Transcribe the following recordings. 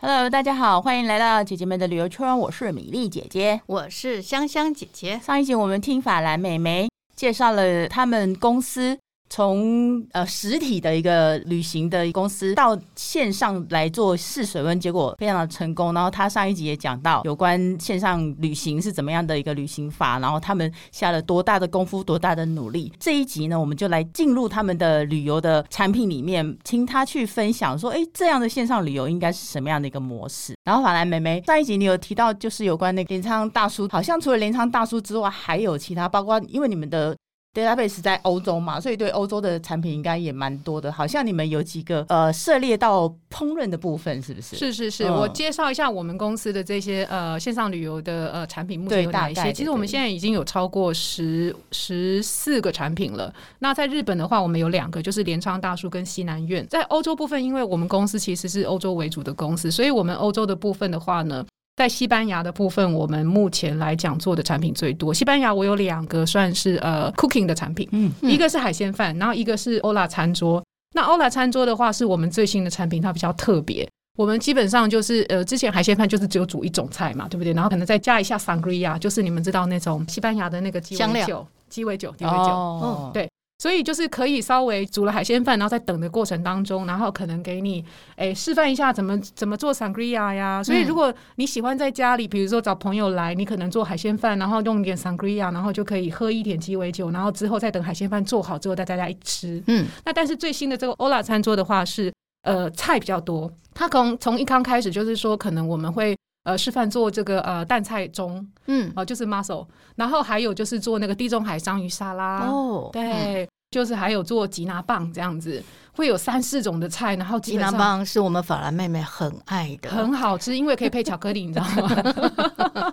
Hello，大家好，欢迎来到姐姐们的旅游圈，我是米粒姐姐。我是香香姐姐，上一集我们听法兰美眉介绍了他们公司从呃实体的一个旅行的公司到线上来做试水温，结果非常的成功。然后她上一集也讲到有关线上旅行是怎么样的一个旅行法，然后他们下了多大的功夫，多大的努力。这一集呢，我们就来进入他们的旅游的产品里面，听她去分享说，哎，这样的线上旅游应该是什么样的一个模式？然后法兰妹妹上一集你有提到，就是有关那个镰仓大叔，好像除了镰仓大叔之外，还有其他，包括因为你们的 database 在欧洲嘛，所以对欧洲的产品应该也蛮多的。好像你们有几个呃涉猎到烹饪的部分，是不是？是是是，嗯我介绍一下我们公司的这些呃线上旅游的呃产品，目前对有哪一大概些？的其实我们对现在已经有超过十十四个产品了。那在日本的话，我们有两个，就是镰仓大叔跟西南院。在欧洲部分，因为我们公司其实是欧洲为主的公司，所以我们欧洲的部分的话呢。在西班牙的部分，我们目前来讲做的产品最多。西班牙我有两个算是呃 cooking 的产品，嗯，嗯一个是海鲜饭，然后一个是欧拉餐桌。那欧拉餐桌的话，是我们最新的产品，它比较特别。我们基本上就是呃，之前海鲜饭就是只有煮一种菜嘛，对不对？然后可能再加一下 sangria，就是你们知道那种西班牙的那个鸡香尾料酒，鸡尾酒，鸡尾酒。哦，对所以就是可以稍微煮了海鲜饭，然后在等的过程当中，然后可能给你诶示范一下怎么怎么做 sangria 呀。所以如果你喜欢在家里，比如说找朋友来，你可能做海鲜饭，然后用一点 sangria，然后就可以喝一点鸡尾酒，然后之后再等海鲜饭做好之后带大家一起吃。嗯，那但是最新的这个欧拉餐桌的话是，呃，菜比较多。它从从一刚开始就是说，可能我们会呃示范做这个呃蛋菜盅，嗯，哦、就是 mussel，然后还有就是做那个地中海章鱼沙拉，哦，嗯，对，就是还有做吉拿棒这样子，会有三四种的菜，然后基鸡本南上棒是我们法兰妹妹很爱的，很好吃，因为可以配巧克力，你知道吗？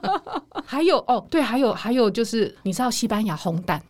还有哦，对，还有还有就是，你知道西班牙烘蛋，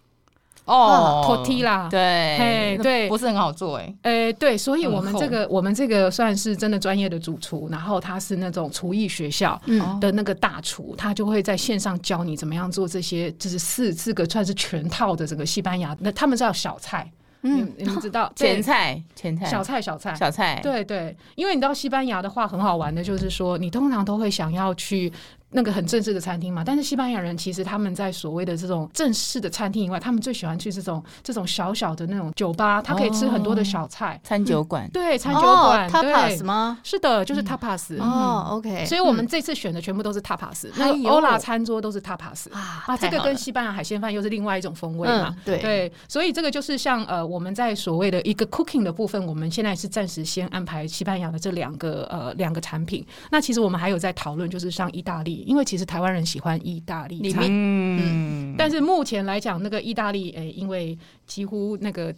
哦 tortilla 对嘿，对不是很好做哎，诶，对，所以很我们这个我们这个算是真的专业的主厨，然后他是那种厨艺学校哦嗯的那个大厨，他就会在线上教你怎么样做这些，就是四四个算是全套的这个西班牙，那他们叫小菜，嗯，你们知道 前菜前菜对小菜小菜。小菜，对对，因为你到西班牙的话，很好玩的就是说，你通常都会想要去那个很正式的餐厅嘛。但是西班牙人其实他们在所谓的这种正式的餐厅以外，他们最喜欢去这种这种小小的那种酒吧，他可以吃很多的小菜，餐酒馆对，餐酒哦馆， ，tapas 对，吗？嗯是的，就是 tapas、哦，OK，所以我们这次选的全部都是 tapas，、哎那呦个欧拉餐桌都是 tapas 嗯啊啊，这太个好跟了西班牙海鲜饭又是另外一种风味嘛。嗯对对，所以这个就是像呃，我们在所谓的一个 cooking 的部分，我们现在是暂时先安排西班牙的这两个呃两个产品。那其实我们还有在讨论，就是像意大利，因为其实台湾人喜欢意大利里餐，面嗯，但是目前来讲，那个意大利诶、因为几乎那个。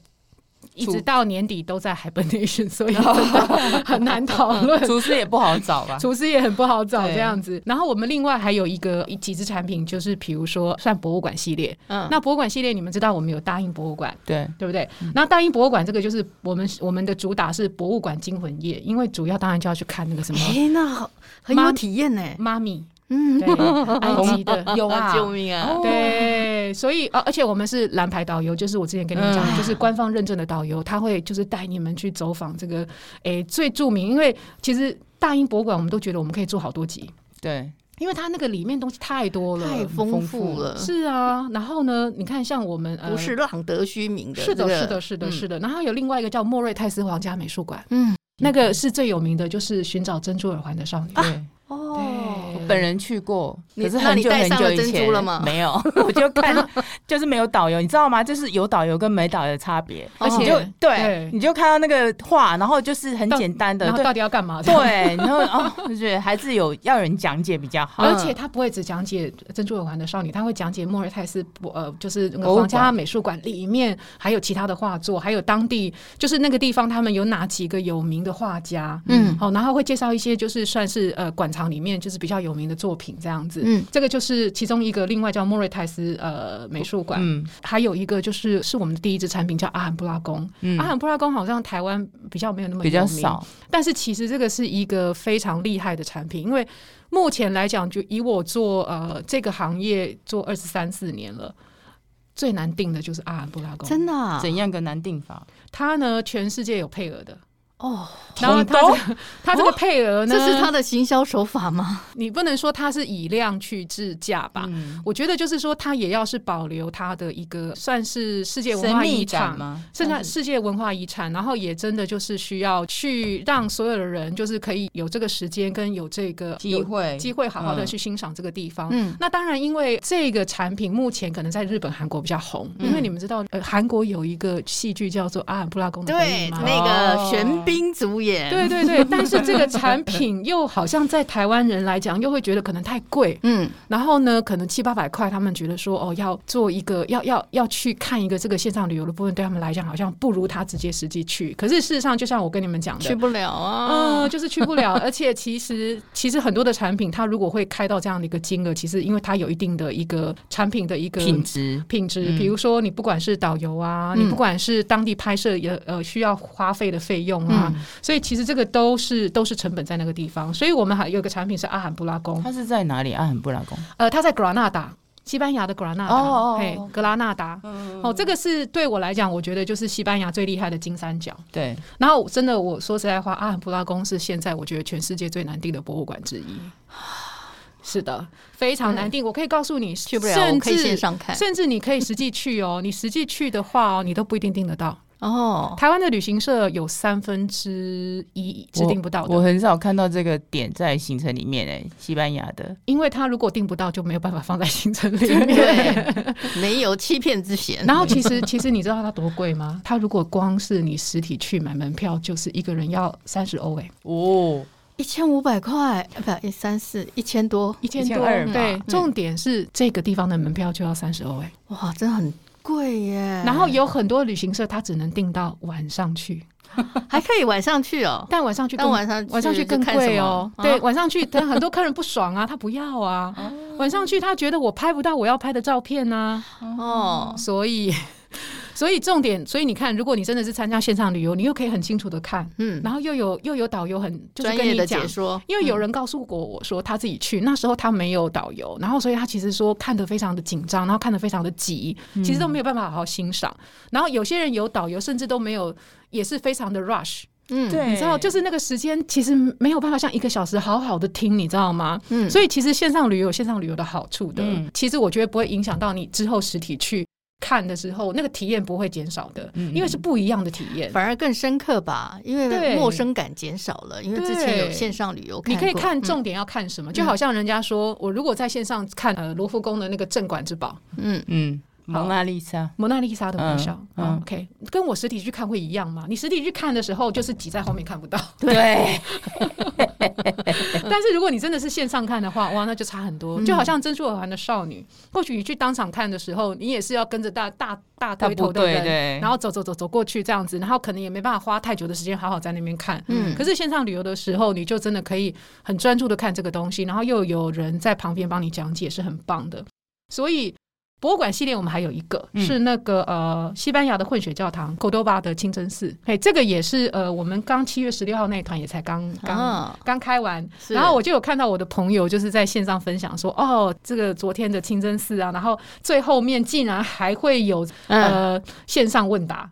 一厨直到年底都在 hibernation，所以 真的很难讨论。嗯厨师也不好找 吧？厨师也很不好找对这样子。然后我们另外还有一个一几支产品，就是比如说算博物馆系列。嗯，那博物馆系列，你们知道我们有大英博物馆，对，对不对？那大英博物馆这个就是我们我们的主打是博物馆惊魂夜，因为主要当然就要去看那个 什么哎，那好，很有妈体验呢，妈咪，嗯对， 埃及的有啊，命哦！对，所以啊，而且我们是蓝牌导游，就是我之前跟你们讲的，嗯就是官方认证的导游，他会就是带你们去走访这个诶最著名，因为其实大英博物馆我们都觉得我们可以做好多集，对，因为它那个里面东西太多了，太丰富了，是啊。然后呢，你看像我们呃，不是浪得虚名的，是的，这个是的，是的，嗯是的。然后有另外一个叫莫瑞泰斯皇家美术馆，嗯，啊那个是最有名的，就是寻找珍珠耳环的少女。对。哦，本人去过，你可是那很你久戴很上久了以珍前珠了吗没有， 我就看，就是没有导游，你知道吗？就是有导游跟没导游的差别。而且你就对哦对，你就看到那个画，然后就是很到简单的然，后对到底要干嘛？对，然后哦，就觉得还是有要有人讲解比较好。 嗯而且他不会只讲解珍珠耳环的少女，他会讲解莫瑞泰斯博呃，就是那个博物皇家馆美术馆里面还有其他的画作，还有当地就是那个地方他们有哪几个有名的画家，嗯好、然后会介绍一些就是算是呃馆藏里面就是比较有名的作品这样子。嗯，这个就是其中一个，另外叫莫瑞泰斯呃美术馆，嗯还有一个就是是我们的第一支产品叫阿罕布拉宫。阿嗯，罕布拉宫好像台湾比较没有那么比较啊有名少，但是其实这个是一个非常厉害的产品，因为目前来讲，就以我做呃这个行业做二十三四年了，最难定的就是阿罕布拉宫。真的啊，怎样个难定法？它呢全世界有配额的。哦，然后它统这个它哦这个配额呢，这是它的行销手法吗？你不能说它是以量去制价吧？嗯我觉得就是说，它也要是保留它的一个算是世界文神化秘遗感产。吗？剩下是世界文化遗产，然后也真的就是需要去让所有的人，就是可以有这个时间跟有这个机会有机会好好的嗯去欣赏这个地方。嗯，那当然，因为这个产品目前可能在日本、韩国比较红，因为你们知道，呃，韩国有一个戏剧叫做《阿尔布拉宫的回忆》对，嘛，那个哦玄彬主演，嗯对，对对，但是这个产品又好像在台湾人来讲，又会觉得可能太贵，嗯，然后呢，可能七八百块，他们觉得说哦，要做一个要要要去看一个这个线上旅游的部分，对他们来讲好像不如他直接实际去。可是事实上，就像我跟你们讲去的。不了啊，嗯，就是去不了， 而且其实其实很多的产品，它如果会开到这样的一个金额，其实因为它有一定的一个产品的一个品质，品质，嗯比如说你不管是导游啊，嗯你不管是当地拍摄也呃需要花费的费用啊，嗯所以其实这个都是都是成本在那个地方。所以我们还有一个产品是阿罕布拉宫，它是在哪里？啊阿罕布拉宫呃，它在格拉纳达。西班牙的格拉纳达，哦哦哦嘿哦格拉纳达，嗯哦，这个是对我来讲，我觉得就是西班牙最厉害的金三角。对，然后真的，我说实在话，阿罕布拉宫是现在我觉得全世界最难订的博物馆之一。是的，非常难订。我可以告诉你，去不了，我甚可以线至上看甚至你可以实际去哦，你实际去的话哦，你都不一定订得到。哦，台湾的旅行社有三分之一是订不到我的，很少看到这个点在行程里面诶，西班牙的因为他如果订不到，就没有办法放在行程里 面。对，没有欺骗之嫌。然后其实 其实你知道它多贵吗？它如果光是你实体去买门票，就是一个人要三十欧诶，哦，一千五百块，呃不，一三四一千多，一千多。 1200吧对嗯，重点是这个地方的门票就要三十欧诶。哇，真的很贵耶。然后有很多旅行社它只能订到晚上去，还可以晚上去哦，但晚上去但更晚上晚上去去更看什贵么哦。啊对，晚上去，但很多客人不爽啊，他不 要啊。晚上去，他觉得我拍不到我要拍的照片啊，哦，所以， 所以重点，所以你看，如果你真的是参加线上旅游，你又可以很清楚的看，嗯，然后又有又有导游很就是专跟业你的讲解。说，因为有嗯人告诉过我说他自己去，那时候他没有导游，然后所以他其实说看得非常的紧张，然后看得非常的急，嗯其实都没有办法好好欣赏。然后有些人有导游，甚至都没有，也是非常的 rush，嗯，对，你知道，就是那个时间其实没有办法像一个小时好好的听，你知道吗？嗯，所以其实线上旅游有线上旅游的好处的，嗯其实我觉得不会影响到你之后实体去看的时候，那个体验不会减少的，嗯因为是不一样的体验。反而更深刻吧，因为对陌生感减少了，因为之前有对线上旅游，你可以过看，重点要看什么，就好像人家说我如果在线上看呃罗浮宫的那个镇馆之宝嗯，嗯，蒙娜丽莎《蒙娜丽莎的微笑》嗯啊嗯 OK，跟我实体去看会一样吗？你实体去看的时候就是挤在后面看不到，对，但是如果你真的是线上看的话，哇，那就差很多。就好像《珍珠耳环的少女》或许你去当场看的时候，你也是要跟着大大大他堆不头的对人，对，然后走走走走过去这样子，然后可能也没办法花太久的时间好好在那边看。嗯可是线上旅游的时候，你就真的可以很专注的看这个东西，然后又有人在旁边帮你讲解，是很棒的。所以博物馆系列我们还有一个、嗯是那个呃西班牙的混血教堂 Cordoba 的清真寺，嘿，这个也是呃我们刚七月十六号那一团也才刚刚、嗯啊刚开完，是然后我就有看到我的朋友就是在线上分享说，哦，这个昨天的清真寺啊，然后最后面竟然还会有嗯，呃线上问答，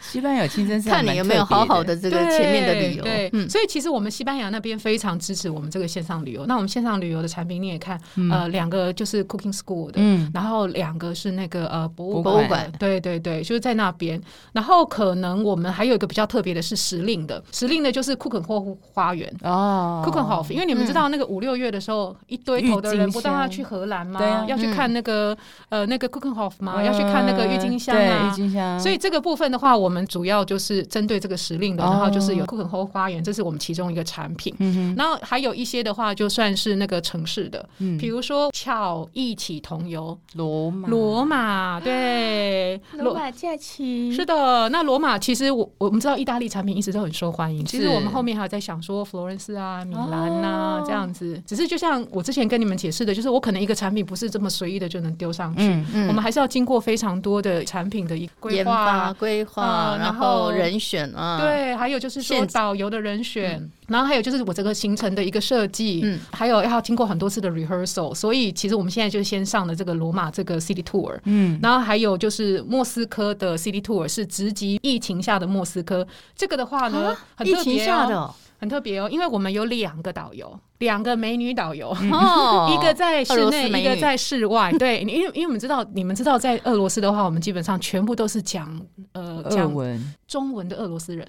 西班牙有清真寺还看蛮特别，你有没有好好的这个前面的旅理由。游，对，嗯，所以其实我们西班牙那边非常支持我们这个线上旅游。那我们线上旅游的产品你也看，呃，两个就是 Cooking School 的，嗯，然后两个是那个呃博物博博物物馆对对对，就是在那边。然后可能我们还有一个比较特别的是时令的，时令的就是库肯霍夫花园。哦，库肯霍夫，因为你们知道那个五六月的时候，一堆头的人不都要去荷兰吗？郁金香对啊要去看那个、呃那个库肯霍夫哦吗？要去看那个郁金香对，啊郁，金香，所以这个部分的话，我们主要就是针对这个时令的，哦然后就是有库肯霍夫花园，这是我们其中一个产品。嗯然后还有一些的话，就算是那个城市的，哼，比嗯，如说巧一起同游罗马，啊罗马，对，罗马假期是的。那罗马其实我我们知道意大利产品一直都很受欢迎，其实是我们后面还有在想说佛罗伦斯啊、米兰呐、哦这样子。只是就像我之前跟你们解释的，就是我可能一个产品不是这么随意的就能丢上去。嗯，嗯我们还是要经过非常多的产品的一个规研划啊、发规规划，嗯然然后后人选啊，，对，还有就是说现导游的人选，然后还有就是我这个行程的一个设计，嗯还有要经过很多次的 rehearsal，所以其实我们现在就先上了这个罗马这个 city tour，嗯，然后还有就是莫斯科的 city tour 是直击疫情下的莫斯科，这个的话呢，很啊疫特情别下的哦， 哦，很特别哦，因为我们有两个导游，两个美女导游。哦一个在俄室罗斯内，美一个女在室外。对，因为因为我们知道，你们知道，在俄罗斯的话，我们基本上全部都是讲呃嗯俄讲文。中文的俄罗斯人。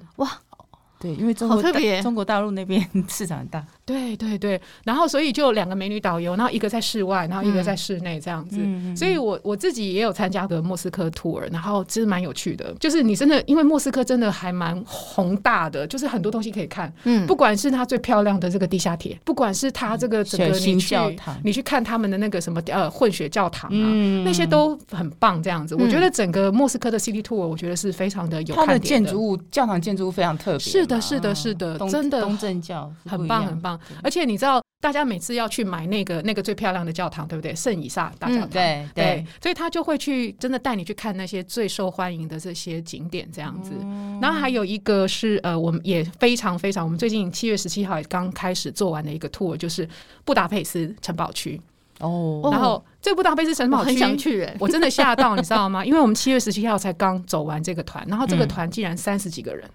对，因为中好国特大别中国大陆那边市场很大，对对对，然后所以就有两个美女导游，然后一个在室外，然后一个在室内这样子。嗯所以我我自己也有参加个莫斯科 tour，然后其实蛮有趣的，就是你真的因为莫斯科真的还蛮宏大的，就是很多东西可以看，嗯不管是它最漂亮的这个地下铁，不管是它这个整个血你腥去嗯教堂你去看他们的那个什么呃混血教堂啊。嗯那些都很棒，这样子，我嗯觉得整个莫斯科的 city tour，我觉得是非常的有它看的点建筑物，教堂建筑物非常特别嘛。是的是的嗯是的东真的东正教是不很一棒样很棒对。而且你知道，大家每次要去买那个那个最漂亮的教堂，对不对？圣以撒大教嗯堂。对对对，，所以他就会去真的带你去看那些最受欢迎的这些景点，这样子。哦然后还有一个是呃，我们也非常非常，我们最近七月十七号也刚开始做完的一个 tour，就是布达佩斯城堡区。哦，然后这个布达佩斯城我堡区，很想去哎，我真的吓到，你知道吗？因为我们七月十七号才刚走完这个团，然后这个嗯团竟然三十几个人，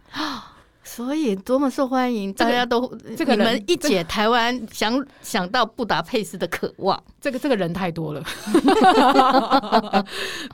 所以多么受欢迎，这大个家都这个你们人一解台湾想想到布达佩斯的渴 望，这个这个人太多了，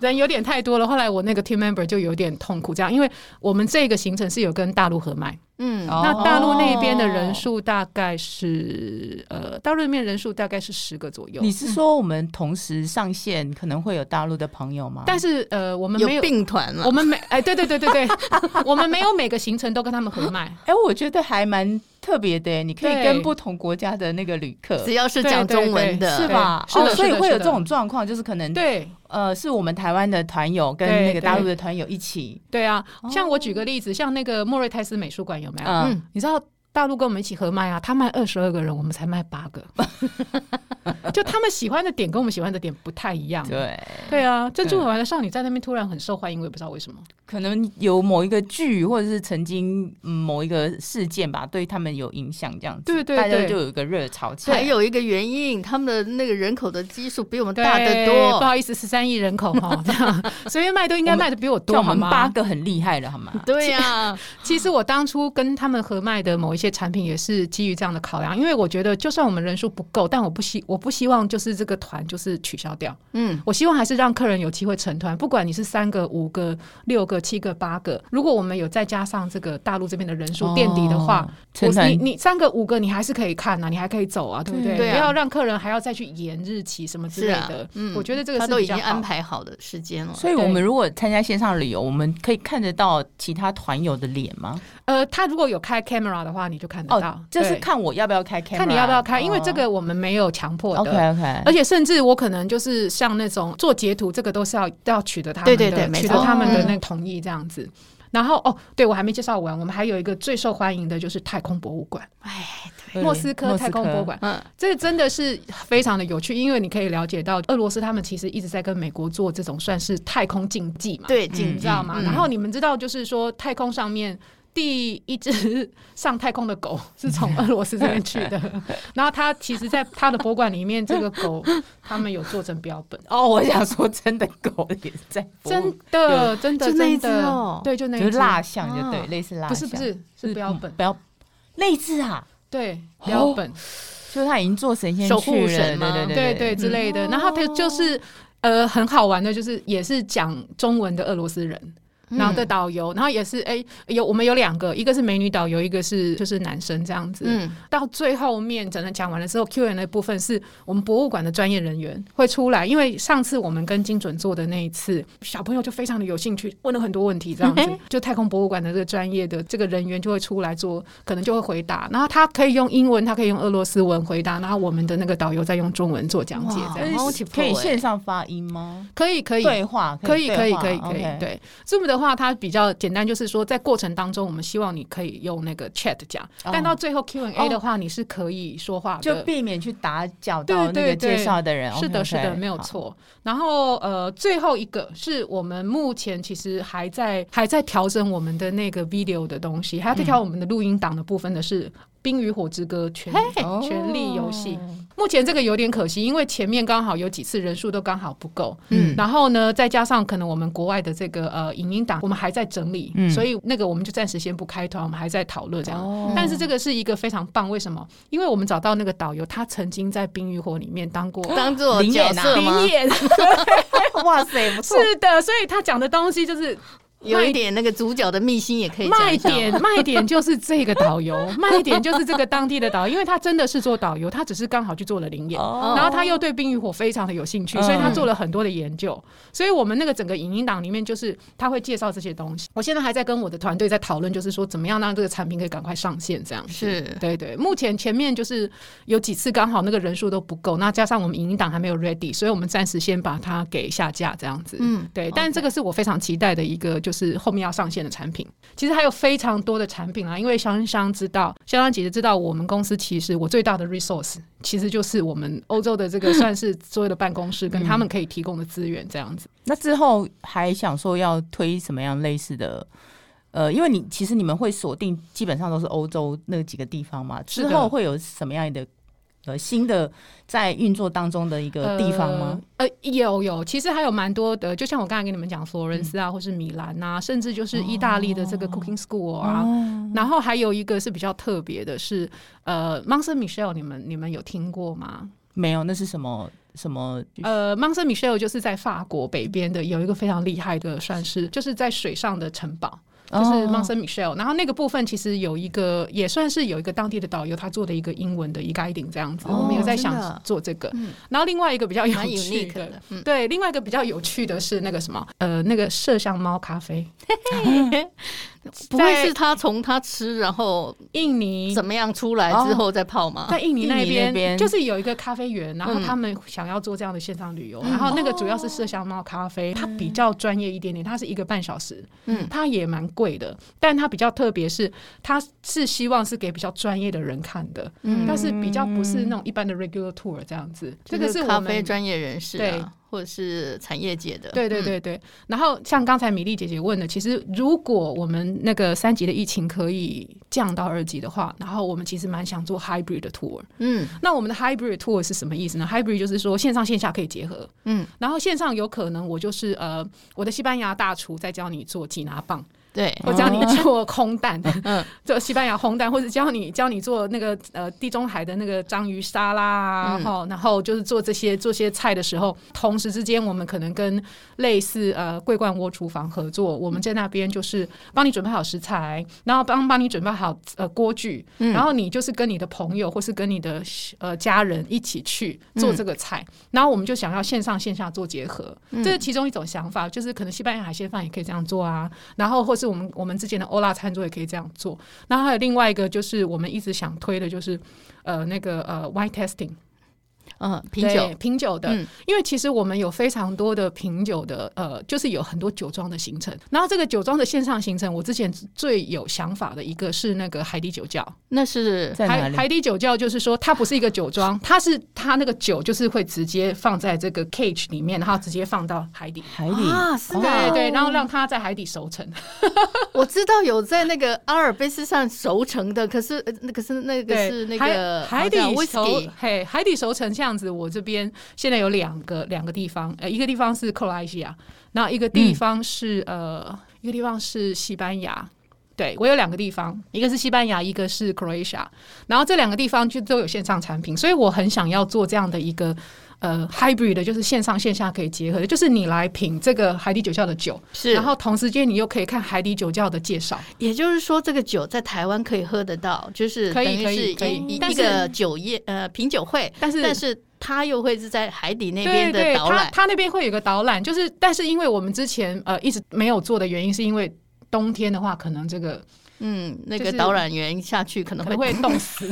人有点太多了。后来我那个 team member 就有点痛苦，这样，因为我们这个行程是有跟大陆合卖，嗯，哦那大陆那边的人数大概是呃，大陆那边人数大概是十个左右你，是说我们同时上线可能会有大陆的朋友吗？但是呃，我们有没有。病团我啊了，们每哎，对对对对对， 我们没有每个行程都跟他们合卖，哎、我觉得还蛮特别的耶，你可以对跟不同国家的那个旅客只要是对讲对中文对的，嗯是吧？对是的哦，所以是的会有是的这种状况，就是可能对呃，是我们台湾的团友跟对那个大陆对的团友一起，对啊。像我举哦个例子，像那个莫瑞泰斯美术馆有没有？嗯，嗯你知道大陆跟我们一起合卖啊，他卖二十二个人，我们才卖 八个，就他们喜欢的点跟我们喜欢的点不太一样。对，对啊，珍珠美玩的少女在那边突然很受欢迎，我也不知道为什么。可能有某一个剧或者是曾经、嗯某一个事件吧，对他们有影响，这样子，对对大家对就有一个热潮起还来。有一个原因，他们的那个人口的基数比我们对大得不多，好意思，十三亿人口 哈，这样随便卖都应该卖的比我像多，我好们八吗？个啊很厉害了，好吗？对呀， 其实我当初跟他们合卖的某一些产品也是基于这样的考量，因为我觉得就算我们人数不够，但我不希我不希望就是这个团就是取消掉。嗯，我希望还是让客人有机会成团，不管你是三个、五个、六个、七个、八个，如果我们有再加上这个大陆这边的人数垫底的话哦，我成团你你三个、五个你还是可以看啊，你还可以走啊，对不对？对啊不要让客人还要再去延日期什么之是类啊的。，嗯，我觉 得这个他是都比已较经好安。排好的时间了，所以，我对们如果参加线上旅游，我们可以看得到其他团友的脸吗？呃，他如果有开 camera 的话，你就看得到哦，，就是对看我要不要开 camera，看你要不要开，因为哦这个我们没有强迫 OK 的。 OK，而且甚至我可能就是像那种做截图，这个都是要要取得他们对的对对没取得错他们的嗯那个同意这样子。然后哦，对我还没介绍完，我们还有一个最受欢迎的就是太空博物馆，哎，对，对莫斯科太空博物，馆，嗯，这真的是非常的有趣，因为你可以了解到俄罗斯他们其实一直在跟美国做这种算是太空竞技嘛，对，你紧知道吗？嗯然后你们知道就是说太空上面。第一只上太空的狗是从俄罗斯这边去的，然后它其实，在它的博物馆里面，这个狗 他们有做成标本，哦，我想说真的狗也在服务，真的，真就的，那一真只的，哦对，就那就一是只，蜡像，就对啊，类似蜡像，不是不是是标本嗯，标类似啊，对，哦标本，就是他已经做神仙守去护了，神吗对对对对之类的。嗯然后它就是呃很好玩的，就是也是讲中文的俄罗斯人。然后的导游，然后也是哎，有我们有两个，一个是美女导游，一个是就是男生这样子。嗯，到最后面整个讲完了之后，Q&A 的部分是我们博物馆的专业人员会出来，因为上次我们跟精准做的那一次，小朋友就非常的有兴趣，问了很多问题，这样子，就太空博物馆的这个专业的这个人员就会出来做，可能就会回答，然后他可以用英文，他可以用俄罗斯文回答，然后我们的那个导游再用中文做讲解，这哇就样然后是可以线上发音吗？欸可以可以。哎对话可以可对以话可以可以 OK 对，所以我们的的话，它比较简单，就是说在过程当中，我们希望你可以用那个 chat 讲，但到最后 Q&A 的话，你是可以说话哦就的。避免去打搅到那对个对对介绍的人。是的， OK，OK，是的，没有好。错。然后呃，最后一个是我们目前其实还在还在调整我们的那个 video 的东西，还嗯在调我们的录音档的部分的是《冰与火之歌》全哦嗯权力游戏。哦目前这个有点可惜，因为前面刚好有几次人数都刚好不够，嗯然后呢，再加上可能我们国外的这个呃影音档，我们还在整理，嗯所以那个我们就暂时先不开团，我们还在讨论这样。哦但是这个是一个非常棒，为什么？因为我们找到那个导游，他曾经在《冰与火》里面 当过当做角啊色吗？ 灵演， 哇塞，不错，是的，所以他讲的东西就是有一点那个主角的秘辛也可以讲卖一下。 点，卖点就是这个导游，卖点就是这个当地的导游，因为他真的是做导游，他只是刚好去做了灵演。哦然后他又对冰与火非常的有兴趣，嗯所以他做了很多的研究。所以我们那个整个影音档里面，就是他会介绍这些东西。我现在还在跟我的团队在讨论，就是说怎么样让这个产品可以赶快上线，这样子是对对。目前前面就是有几次刚好那个人数都不够，那加上我们影音档还没有 ready，所以我们暂时先把它给下架这样子。嗯对。但这个是我非常期待的一个，就是后面要上线的产品。其实还有非常多的产品啊，因为香香知道，香香姐姐知道，我们公司其实我最大的 resource 其实就是我们欧洲的这个算是所有的办公室跟他们可以提供的资源这样子。那之后还想说要推什么样类似的？呃，因为你其实你们会锁定基本上都是欧洲那几个地方嘛，是之的后会有什么样的呃新的在运作当中的一个地方吗？呃？呃，有有，其实还有蛮多的，就像我刚才跟你们讲，佛罗伦斯啊，或是米兰啊，甚至就是意大利的这个 Cooking School 啊，然后还有一个是比较特别的是，呃 m o n s a n Michel，你们你们有听过吗？没有，那是什么什么？呃 m o n s a n Michel 就是在法国北边的有一个非常厉害的，算是就是在水上的城堡。哦就是 m o n s a n Michel，、然后那个部分其实有一个也算是有一个当地的导游，他做的一个英文的一个 guiding 这样子，哦我们有在想真的做这个。然后另外一个比较有蛮趣 unique 的，的，嗯，对，另外一个比较有趣的是那个什么，呃，那个麝香猫咖啡，不会是他从他吃然后印尼怎么样出来之后再泡吗？在印尼那印尼那边边就是有一个咖啡园，然后嗯哦他们想要做这样的线上旅游，然后那个主要是麝香猫咖啡，它比较专业一点点，它是一个半小时，嗯它也蛮贵的，但它比较特别是它是希望是给比较专业的人看的，嗯但是比较不是那种一般的 regular tour 这样子，这个就是我咖们啡专业人士对啊，或者是产业界的，对对嗯，对对。然后像刚才米粒姐姐问的，其实如果我们那个三级的疫情可以降到二级的话，然后我们其实蛮想做 hybrid 的 tour。嗯那我们的 hybrid tour 是什么意思呢？hybrid 就是说线上线下可以结合，嗯，然后线上有可能我就是呃，我的西班牙大厨在教你做吉拿棒，对，或教你做空蛋，哦嗯嗯， 做西班牙烘蛋，或者教你教你做那个呃地中海的那个章鱼沙拉啊，嗯哈、然后就是做这些做些菜的时候，同时之间我们可能跟类似呃桂冠窝厨房合作，我们在那边就是帮你准备好食材，然后帮帮你准备好呃锅具，嗯然后你就是跟你的朋友或是跟你的呃家人一起去嗯做这个菜，然后我们就想要线上线下做结合，嗯这是其中一种想法，就是可能西班牙海鲜饭也可以这样做啊，然后或是我们我们之间的欧拉餐桌也可以这样做，然后还有另外一个就是我们一直想推的就是呃那个呃 wine testing 嗯，品对酒，品酒的，嗯因为其实我们有非常多的品酒的，呃，就是有很多酒庄的行程。然后这个酒庄的线上行程，我之前最有想法的一个是那个海底酒窖。那是在哪海里？海底酒窖就是说，它不是一个酒庄，它是它那个酒就是会直接放在这个 cage 里面，然后直接放到海底。海底啊，是对啊，对，然后让它在海底熟成。我知道有在那个阿尔卑斯山熟成的，可是呃那可是那个对，是那海个海底好像熟 whisky，，嘿，海底熟成这样子。我这边现在有两个两个地方，呃，一个地方是克罗埃西亚，然后一个嗯地方是、呃，一个地方是西班牙。对我有两个地方，一个是西班牙，一个是 Croatia，然后这两个地方就都有线上产品，所以我很想要做这样的一个。呃，hybrid 的就是线上线下可以结合的，就是你来品这个海底酒窖的酒，是，然后同时间你又可以看海底酒窖的介绍。也就是说，这个酒在台湾可以喝得到，就是可等以于可以是可以一一但一是个酒业呃品酒会，但是但是它又会是在海底那对边对，的导览，他他那边会有个导览，就是但是因为我们之前呃一直没有做的原因，是因为冬天的话，可能这个嗯，那就个是导览员下去可能可会能会 冻死。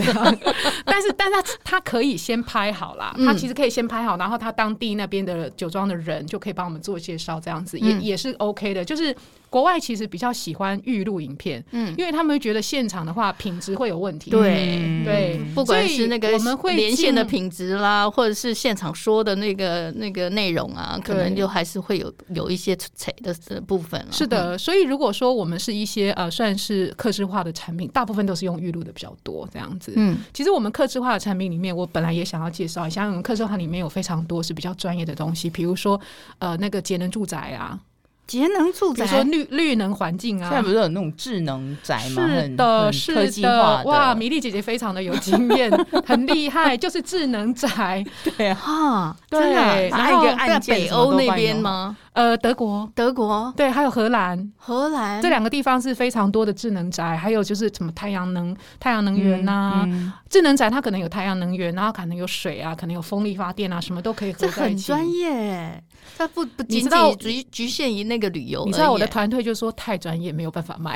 但是，但是他他可以先拍好啦，嗯他其实可以先拍好，然后他当地那边的酒庄的人就可以帮我们做介绍，这样子也、嗯也是 OK 的。就是国外其实比较喜欢预录影片，嗯，因为他们觉得现场的话品质会有问题。对。嗯对，不管是那所以个我们会连线的尽品质啦，或者是现场说的那个那个内容啊，可能对就还是会有有一些扯的呃部分啊了。是嗯的，所以如果说我们是一些呃算是客制化的产品，大部分都是用预录的比较多这样子。嗯，其实我们客制化的产品里面，我本来也想要介绍一下，我们客制化里面有非常多是比较专业的东西，比如说呃那个节能住宅啊，节能住比宅如说绿绿能环境现在啊不。是有那种智能宅吗？是很的，很科是技化的，哇，米粒姐姐非常的有经 验，很厉害，就是智能宅，对啊，啊，对真的啊然按一后个在按键北什么欧都那帮你边弄好？吗？呃，德国，德国、对，还有荷兰，嗯荷兰这两个地方是非常多的智能宅，还有就是什么太阳能、太阳能源啊呐、嗯智能宅它可能有太阳能源，然后可能有水啊，可能有风力发电啊，什么都可以合这在一很起。专业 哎，它不不你仅知道仅局局限于那个旅游而已耶，你知道我的团队就说太专业，没有办法卖。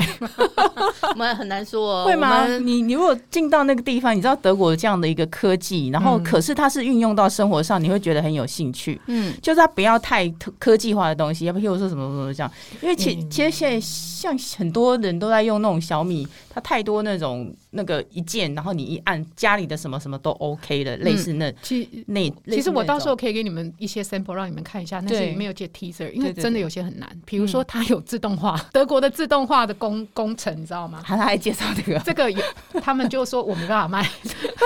我们很难呃说哦，会吗我？们你你如果进到那个地方，你知道德国这样的一个科技，然后嗯可是它是运用到生活上，你会觉得很有兴趣。嗯，就是它不要太特科技化的东西，要不譬如说什么什么这样，因为其、嗯其实现在像很多人都在用那种小米，它太多那种那个一键，然后你一按家里的什么什么都 OK 的，类似那嗯 其那其实我到时候候可以给你们一些 sample 让你们看一下，但对是没有接 teaser，因为对对真的有些很难。比如说它有自动化，德国的自动化的工工程，你知道吗？他还介绍这个，这个有，他们就说我没办法卖。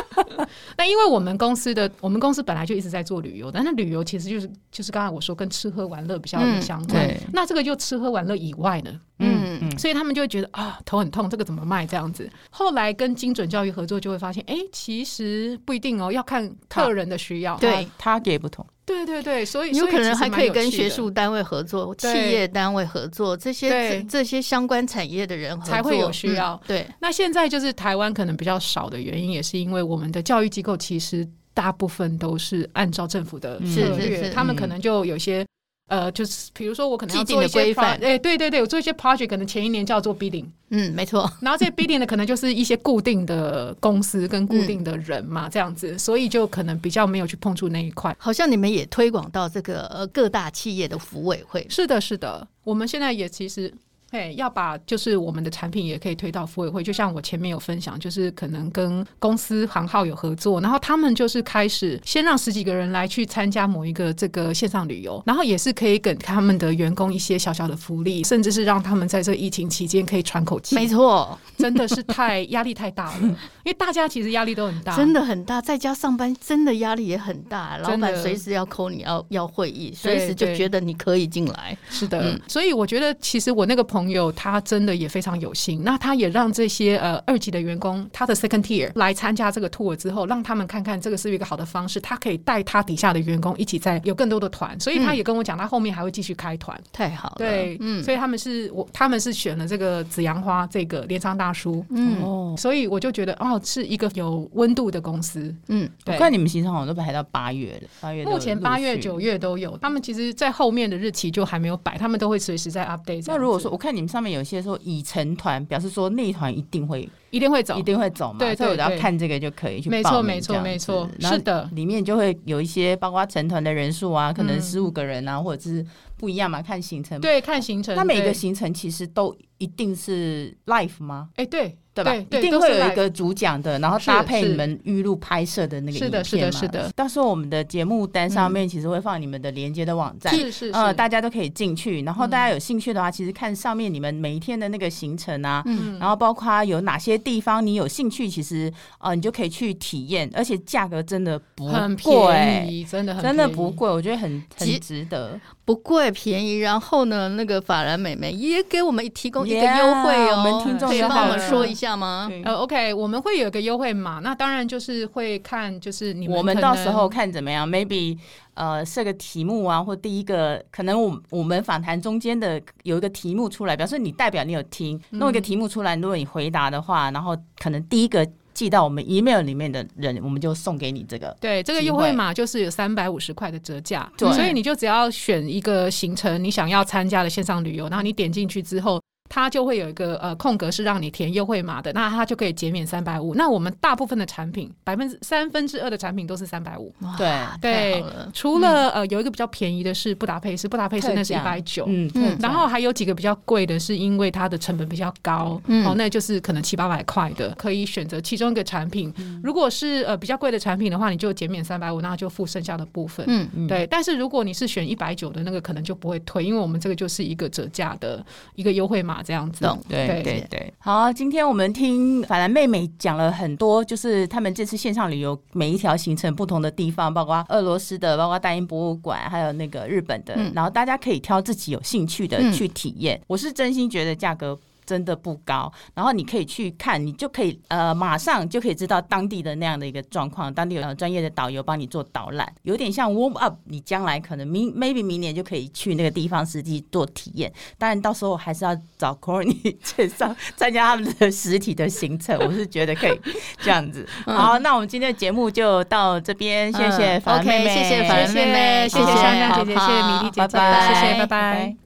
那因为我们公司的，我们公司本来就一直在做旅游，但是旅游其实就是就是刚才我说跟吃喝玩乐比较有嗯相关。对那这个就吃喝玩乐以外呢，嗯嗯，所以他们就会觉得啊头很痛，这个怎么卖这样子？后来跟精准教育合作，就会发现，哎、其实不一定哦，要看客人的需要。对他给不同，对对对，嗯啊所以有可所能其实还蛮可以有跟趣的学术单位合作、企对业单位合作，这些对这这些相关产业的人合作才会有需要嗯对，那现在就是台湾可能比较少的原因，也是因为我们的教育机构其实大部分都是按照政府的嗯策是略，是是他们可能就有些。呃，就是比如说，我可能要既定做一的规些 pro- 范哎、对对对，我做一些 project，可能前一年叫做 bidding，嗯，没错，然后这些 bidding 的可能就是一些固定的公司跟固定的人嘛，这样子，所以就可能比较没有去碰触那一块。好像你们也推广到这个呃各大企业的服委会，是的，是的，我们现在也其实。嘿，要把就是我们的产品也可以推到服委会，就像我前面有分享，就是可能跟公司行号有合作，然后他们就是开始先让十几个人来去参加某一个这个线上旅游，然后也是可以给他们的员工一些小小的福利，甚至是让他们在这疫情期间可以喘口气。没，错，真的是太压力 太大了，因为大家其实压力都很大，真的很大，在家上班真的压力也很大，老真的板随时要扣你要要会议，随时就对觉得你可以进来，是的，嗯所以我觉得其实我那个朋友他真的也非常有心，那他也让这些呃二级的员工，他的 second tier 来参加这个 tour 之后，让他们看看这个是一个好的方式，他可以带他底下的员工一起在有更多的团，所以他也跟我讲，他后面还会继续开团。太嗯好了，对，嗯所以他们是我，他们是选了这个紫阳花这个镰仓大叔，嗯哦，所以我就觉得哦，是一个有温度的公司。嗯，我对看你们行程好像都排到八月了，八月目前八月、九月。月都有，他们其实，在后面的日期就还没有摆，他们都会随时在 update 这样子。那如果说我看你们上面有些说已成团，表示说内团一定会一定会走一，定会走嘛，对对所以我要对看这个就可以去没报错，名没这错，样没子错，然后是的，里面就会有一些包括成团的人数啊，可能嗯十五个人啊，或者是不一样嘛，看行程。，对，看行程。那每个对，行程其实都一定是 live 吗？哎，对，对吧？对，一定都会是有一 live 个主讲的，然后是搭配是你们预录拍摄的那个是影片的嘛。是的是的嗯到时候我们的节目单上面其实会放你们的连接的网站，是是呃，是，大家都可以进去。然后大家有兴趣的话，其实看上面你们每一天的那个行程啊，嗯然后包括有哪些地方你有兴趣，其实呃，你就可以去体验，而且价格真的不很便贵，宜，真的很真的便宜不。贵，我觉得很很即值得。不贵便宜，然后呢，那个法兰美眉也给我们提供一个 Yeah，优惠哦，我们听众可以就帮我好们了说一下吗？对呃，OK，我们会有一个优惠码，那当然就是会看，就是你们我们们到时嗯候看怎么样，maybe 呃设个题目啊，或第一个可能我我们访谈中间的有一个题目出来，表示你代表你有听，嗯弄一个题目出来，如果你回答的话，然后可能第一个寄到我们 email 里面的人，我们就送给你这个。对这个机优惠会码就是有三百五十块的折价，对所以你就只要选一个行程，你想要参加的线上旅游，然后你点进去之后。它就会有一个呃空格是让你填优惠码的，那它就可以减免三百五。那我们大部分的产品，百分之三分之二的产品都是三百五。对对太好了除了、呃有一个比较便宜的是布达佩斯，布达佩斯那是一嗯特百价九，嗯嗯然后还有几个比较贵的，是因为它的成本比较高，嗯哦，那就是可能七八百块的，可以选择其中一个产品。如果是呃比较贵的产品的话，你就减免三百五，那就付剩下的部分。嗯嗯对，但是如果你是选一百九的那个，可能就不会退，因为我们这个就是一个折价的一个优惠码这样子。懂对对对对，好，今天我们听法兰妹妹讲了很多，就是他们这次线上旅游每一条行程不同的地方，包括俄罗斯的，包括大英博物馆，还有那个日本的，嗯然后大家可以挑自己有兴趣的嗯去体验。我是真心觉得价格。真的不高，然后你可以去看，你就可以呃，马上就可以知道当地的那样的一个状况，当地有呃专业的导游帮你做导览，有点像 warm up，你将来可能明 maybe 明年就可以去那个地方实际做体验。当然，到时候还是要找 Corny 介绍参加他们的实体的行程，我是觉得可以这样子。好，那我们今天的节目就到这边，谢谢嗯凡妹妹， OK，谢谢凡谢妹妹谢谢谢珊谢珊姐姐，谢谢米好莉姐姐，拜拜谢谢，拜拜拜拜